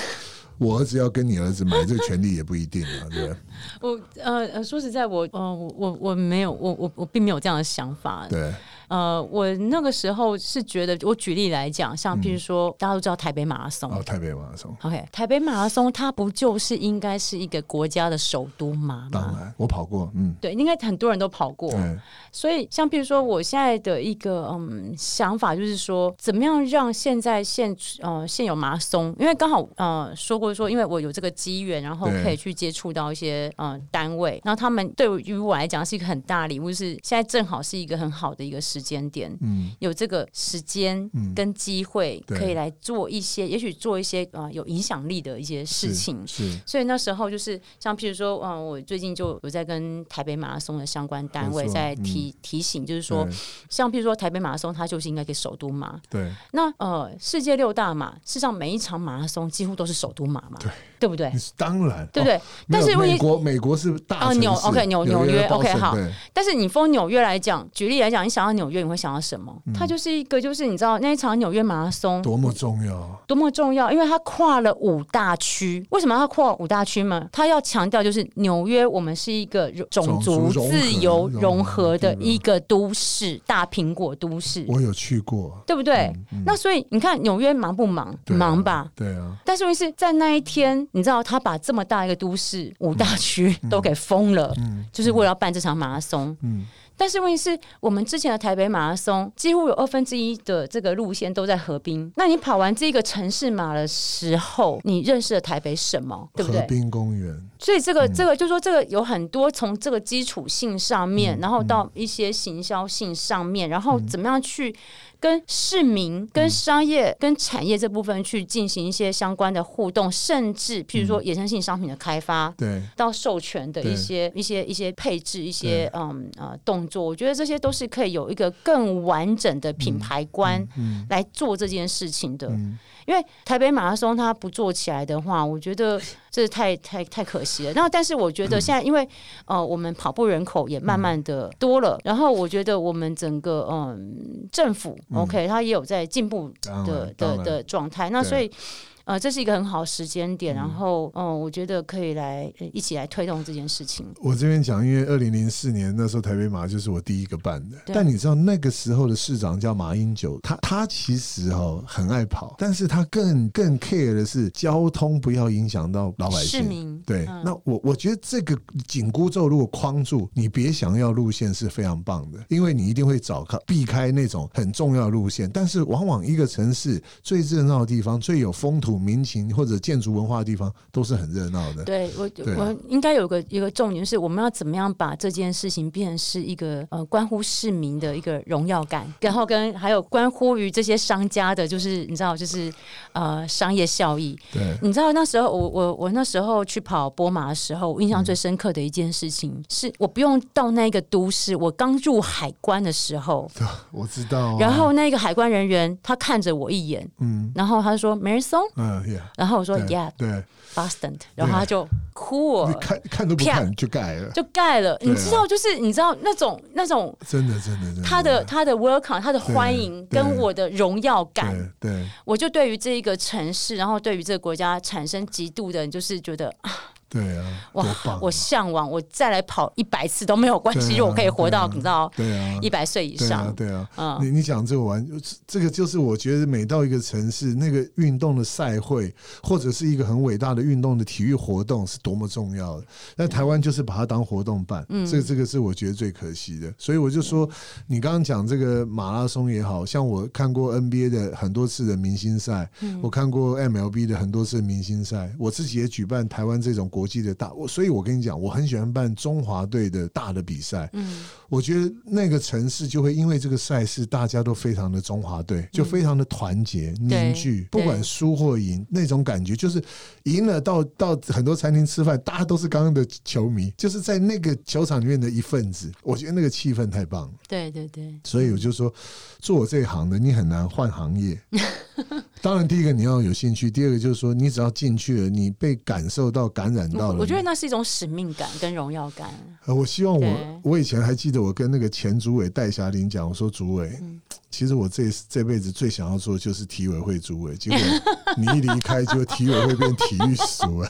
Speaker 2: 我儿子要跟你儿子买这个权利也不一定啊， 对不对？
Speaker 1: 我呃呃，说实在，我呃我我我没有，我我我并没有这样的想法。
Speaker 2: 对，
Speaker 1: 呃，我那个时候是觉得，我举例来讲，像譬如说，大家都知道台北马拉松。
Speaker 2: 嗯哦，台北马拉松，
Speaker 1: OK，台北马拉松它不就是应该是一个国家的首都马
Speaker 2: 当
Speaker 1: 吗？
Speaker 2: 然我跑过，嗯，
Speaker 1: 对，应该很多人都跑过。
Speaker 2: 对，
Speaker 1: 所以，像譬如说，我现在的一个嗯想法就是说，怎么样让现在现呃现有马拉松，因为刚好呃说过说，因为我有这个机缘，然后
Speaker 2: 对
Speaker 1: 可以去接触到一些呃单位，然后他们对于我来讲是一个很大的礼物，就是现在正好是一个很好的一个时间点。
Speaker 2: 嗯，
Speaker 1: 有这个时间
Speaker 2: 嗯
Speaker 1: 跟机会，
Speaker 2: 对
Speaker 1: 可以来做一些，也许做一些啊、呃有影响力的一些事
Speaker 2: 是
Speaker 1: 情。
Speaker 2: 是
Speaker 1: 所以那时候就是像譬如说，嗯，我最近就有在跟台北马拉松的相关单位
Speaker 2: 没错嗯
Speaker 1: 在提、提醒，就是说，像譬如说台北马拉松，它就是应该给首都马。
Speaker 2: 对，
Speaker 1: 那呃，世界六大马，事实上每一场马拉松几乎都是首都马嘛，
Speaker 2: 对
Speaker 1: 不对
Speaker 2: 对？当然，
Speaker 1: 对不对？
Speaker 2: 哦没
Speaker 1: 但
Speaker 2: 有
Speaker 1: 是问
Speaker 2: 美
Speaker 1: 题，
Speaker 2: 国美国是大
Speaker 1: 哦
Speaker 2: 城
Speaker 1: 纽
Speaker 2: 市
Speaker 1: OK，纽纽约
Speaker 2: 包
Speaker 1: OK，
Speaker 2: 省
Speaker 1: 好
Speaker 2: 对
Speaker 1: 但是你封纽约来讲，举例来讲，你想要纽约，你会想到什么？
Speaker 2: 嗯
Speaker 1: 它就是一个，就是你知道那一场纽约马拉松，
Speaker 2: 多么重要，啊
Speaker 1: 多么重要，因为它跨了五大区。为什么要跨五大区呢？它要强调就是纽约，我们是一个种族
Speaker 2: 种族融合
Speaker 1: 自由
Speaker 2: 融合
Speaker 1: 融合的
Speaker 2: 的地方
Speaker 1: 一个都市，大苹果都市，
Speaker 2: 我有去过，
Speaker 1: 对不对？那所以你看纽约忙不忙？
Speaker 2: 对啊
Speaker 1: 忙吧。
Speaker 2: 对啊，
Speaker 1: 但是问题是在那一天，你知道他把这么大一个都市五大区都给封了，
Speaker 2: 嗯
Speaker 1: 就是为了要办这场马拉松。
Speaker 2: 嗯，
Speaker 1: 但是问题是我们之前的台北马拉松，几乎有二分之一的这个路线都在河滨。那你跑完这个城市马的时候，你认识了台北什么？对不
Speaker 2: 河
Speaker 1: 对？
Speaker 2: 滨公园，
Speaker 1: 所以这
Speaker 2: 嗯
Speaker 1: 个这个就说这个有很多从这个基础性上
Speaker 2: 嗯
Speaker 1: 面，然后到一些行销性上面，然后怎么样去跟市民、
Speaker 2: 嗯
Speaker 1: 跟商业、跟产业这部分去进行一些相关的互动，甚至譬如
Speaker 2: 嗯
Speaker 1: 说衍生性商品的开发，
Speaker 2: 对，
Speaker 1: 到授权的一些一些一些配置、一些嗯呃动作，我觉得这些都是可以有一个更完整的品牌观
Speaker 2: 嗯
Speaker 1: 来做这件事情的。
Speaker 2: 嗯，
Speaker 1: 因为台北马拉松它不做起来的话，我觉 得这太太太可惜了。那但是我觉得现在，因为呃，我们跑步人口也慢慢的多
Speaker 2: 嗯
Speaker 1: 了，然后我觉得我们整个嗯政府 OK，它也有在进步
Speaker 2: 当
Speaker 1: 的
Speaker 2: 然
Speaker 1: 的
Speaker 2: 当然
Speaker 1: 的状态。那
Speaker 2: 对
Speaker 1: 所以。呃，这是一个很好的时间点，然后，嗯、我觉得可以来呃一起来推动这件事情。
Speaker 2: 我这边讲，因为二零零四年那时候台北马就是我第一个办的，
Speaker 1: 对
Speaker 2: 但你知道那个时候的市长叫马英九，他他其实哦很爱跑，但是他更更 care 的是交通不要影响到老百
Speaker 1: 市
Speaker 2: 姓。
Speaker 1: 民，
Speaker 2: 对，
Speaker 1: 嗯
Speaker 2: 那我我觉得这个紧箍咒如果框住，你别想要路线是非常棒的，因为你一定会找开避开那种很重要的路线。但是往往一个城市最热闹的地方、最有风土土民情或者建筑文化的地方都是很热闹的。
Speaker 1: 对我
Speaker 2: 对啊
Speaker 1: 我应该有个一个重点，就是我们要怎么样把这件事情变成是一个呃关乎市民的一个荣耀感，然后跟还有关乎于这些商家的，就是你知道，就是呃商业效益。
Speaker 2: 对，
Speaker 1: 你知道那时候我我我那时候去跑波马的时候，我印象
Speaker 2: 嗯
Speaker 1: 最深刻的一件事情，是我不用到那个都市，我刚入海关的时候，
Speaker 2: 我知道、啊。
Speaker 1: 然后那个海关人员他看着我一眼，
Speaker 2: 嗯
Speaker 1: 然后他说 Marathon，
Speaker 2: 嗯，Yeah，
Speaker 1: 然后我说
Speaker 2: 对
Speaker 1: Yeah
Speaker 2: 对，
Speaker 1: Boston，然后他就哭
Speaker 2: 你
Speaker 1: 我。
Speaker 2: 看看都不
Speaker 1: 啪
Speaker 2: 看就盖了，
Speaker 1: 就盖了，
Speaker 2: 啊
Speaker 1: 你知道，就是你知道那种那种
Speaker 2: 真的真的真的。
Speaker 1: 他的他的 welcome，他的欢迎
Speaker 2: 对
Speaker 1: 跟我的荣耀感，
Speaker 2: 对对
Speaker 1: 我就对于这一个城市，然后对于这个国家产生极度的，就是觉得
Speaker 2: 对啊，
Speaker 1: 哇
Speaker 2: 多棒啊！，
Speaker 1: 我向往，我再来跑一百次都没有关系，
Speaker 2: 对啊
Speaker 1: 如果我可以活到
Speaker 2: 对啊
Speaker 1: 你知道
Speaker 2: 对啊，
Speaker 1: 一百岁以
Speaker 2: 对啊
Speaker 1: 上，，
Speaker 2: 对啊，
Speaker 1: 嗯
Speaker 2: 你你讲这个玩，这个就是我觉得每到一个城市，那个运动的赛会或者是一个很伟大的运动的体育活动是多么重要的。那台湾就是把它当活动办，
Speaker 1: 嗯
Speaker 2: 这个这个是我觉得最可惜的。所以我就说，你刚刚讲这个马拉松也好像我看过 NBA 的很多次的明星赛，
Speaker 1: 嗯
Speaker 2: 我看过 MLB 的很多次的明星赛，我自己也举办台湾这种国际的大，我所以我跟你讲，我很喜欢办中华队的大的比赛，
Speaker 1: 嗯
Speaker 2: 我觉得那个城市就会因为这个赛事，大家都非常的中华队，就非常的团结、凝聚，
Speaker 1: 嗯
Speaker 2: 不
Speaker 1: 对
Speaker 2: 管输或赢，那种感觉就是赢了到到很多餐厅吃饭，大家都是刚刚的球迷，就是在那个球场里面的一份子。我觉得那个气氛太棒了，
Speaker 1: 对对对，
Speaker 2: 所以我就说，做我这一行的，你很难换行业。当然，第一个你要有兴趣，第二个就是说，你只要进去了，你被感受到、感染到
Speaker 1: 我
Speaker 2: 了，
Speaker 1: 我觉得那是一种使命感跟荣耀感，
Speaker 2: 呃，我希望我
Speaker 1: 对，
Speaker 2: 我以前还记得我跟那个前主委戴霞玲讲，我说主委，其实我这这辈子最想要做的就是体委会主委，结果你一离开，结果体委会变体育署了，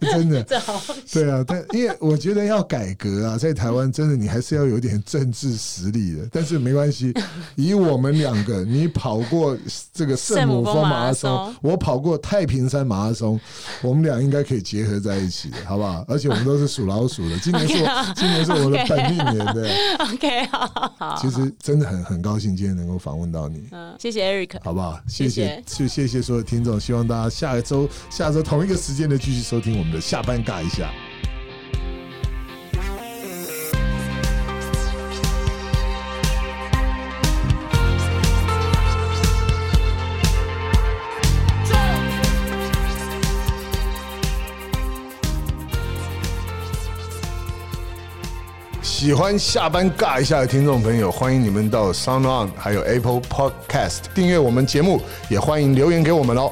Speaker 2: 真的。
Speaker 1: 这好
Speaker 2: 对啊，但因为我觉得要改革啊，在台湾真的你还是要有点政治实力的。但是没 关系，以我们两个，你跑过这个圣母峰马拉
Speaker 1: 圣母峰马
Speaker 2: 松
Speaker 1: 拉松，
Speaker 2: 我跑过太平山马拉松，我们俩应该可以结合在一起的，好不好？而且我们都是属老鼠的，今 年是我今年是我的本命年的。
Speaker 1: OK，好好好，
Speaker 2: 其实真的很很高兴今天能够访问到你。
Speaker 1: 嗯，谢谢 Eric。
Speaker 2: 好不好？谢
Speaker 1: 谢
Speaker 2: 谢，就谢谢所有听众，希望大家下周下周同一个时间的继续收听我们的下班尬一下。喜欢下班尬一下的听众朋友，欢迎你们到 Sound On 还有 Apple Podcast 订阅我们节目，也欢迎留言给我们哦。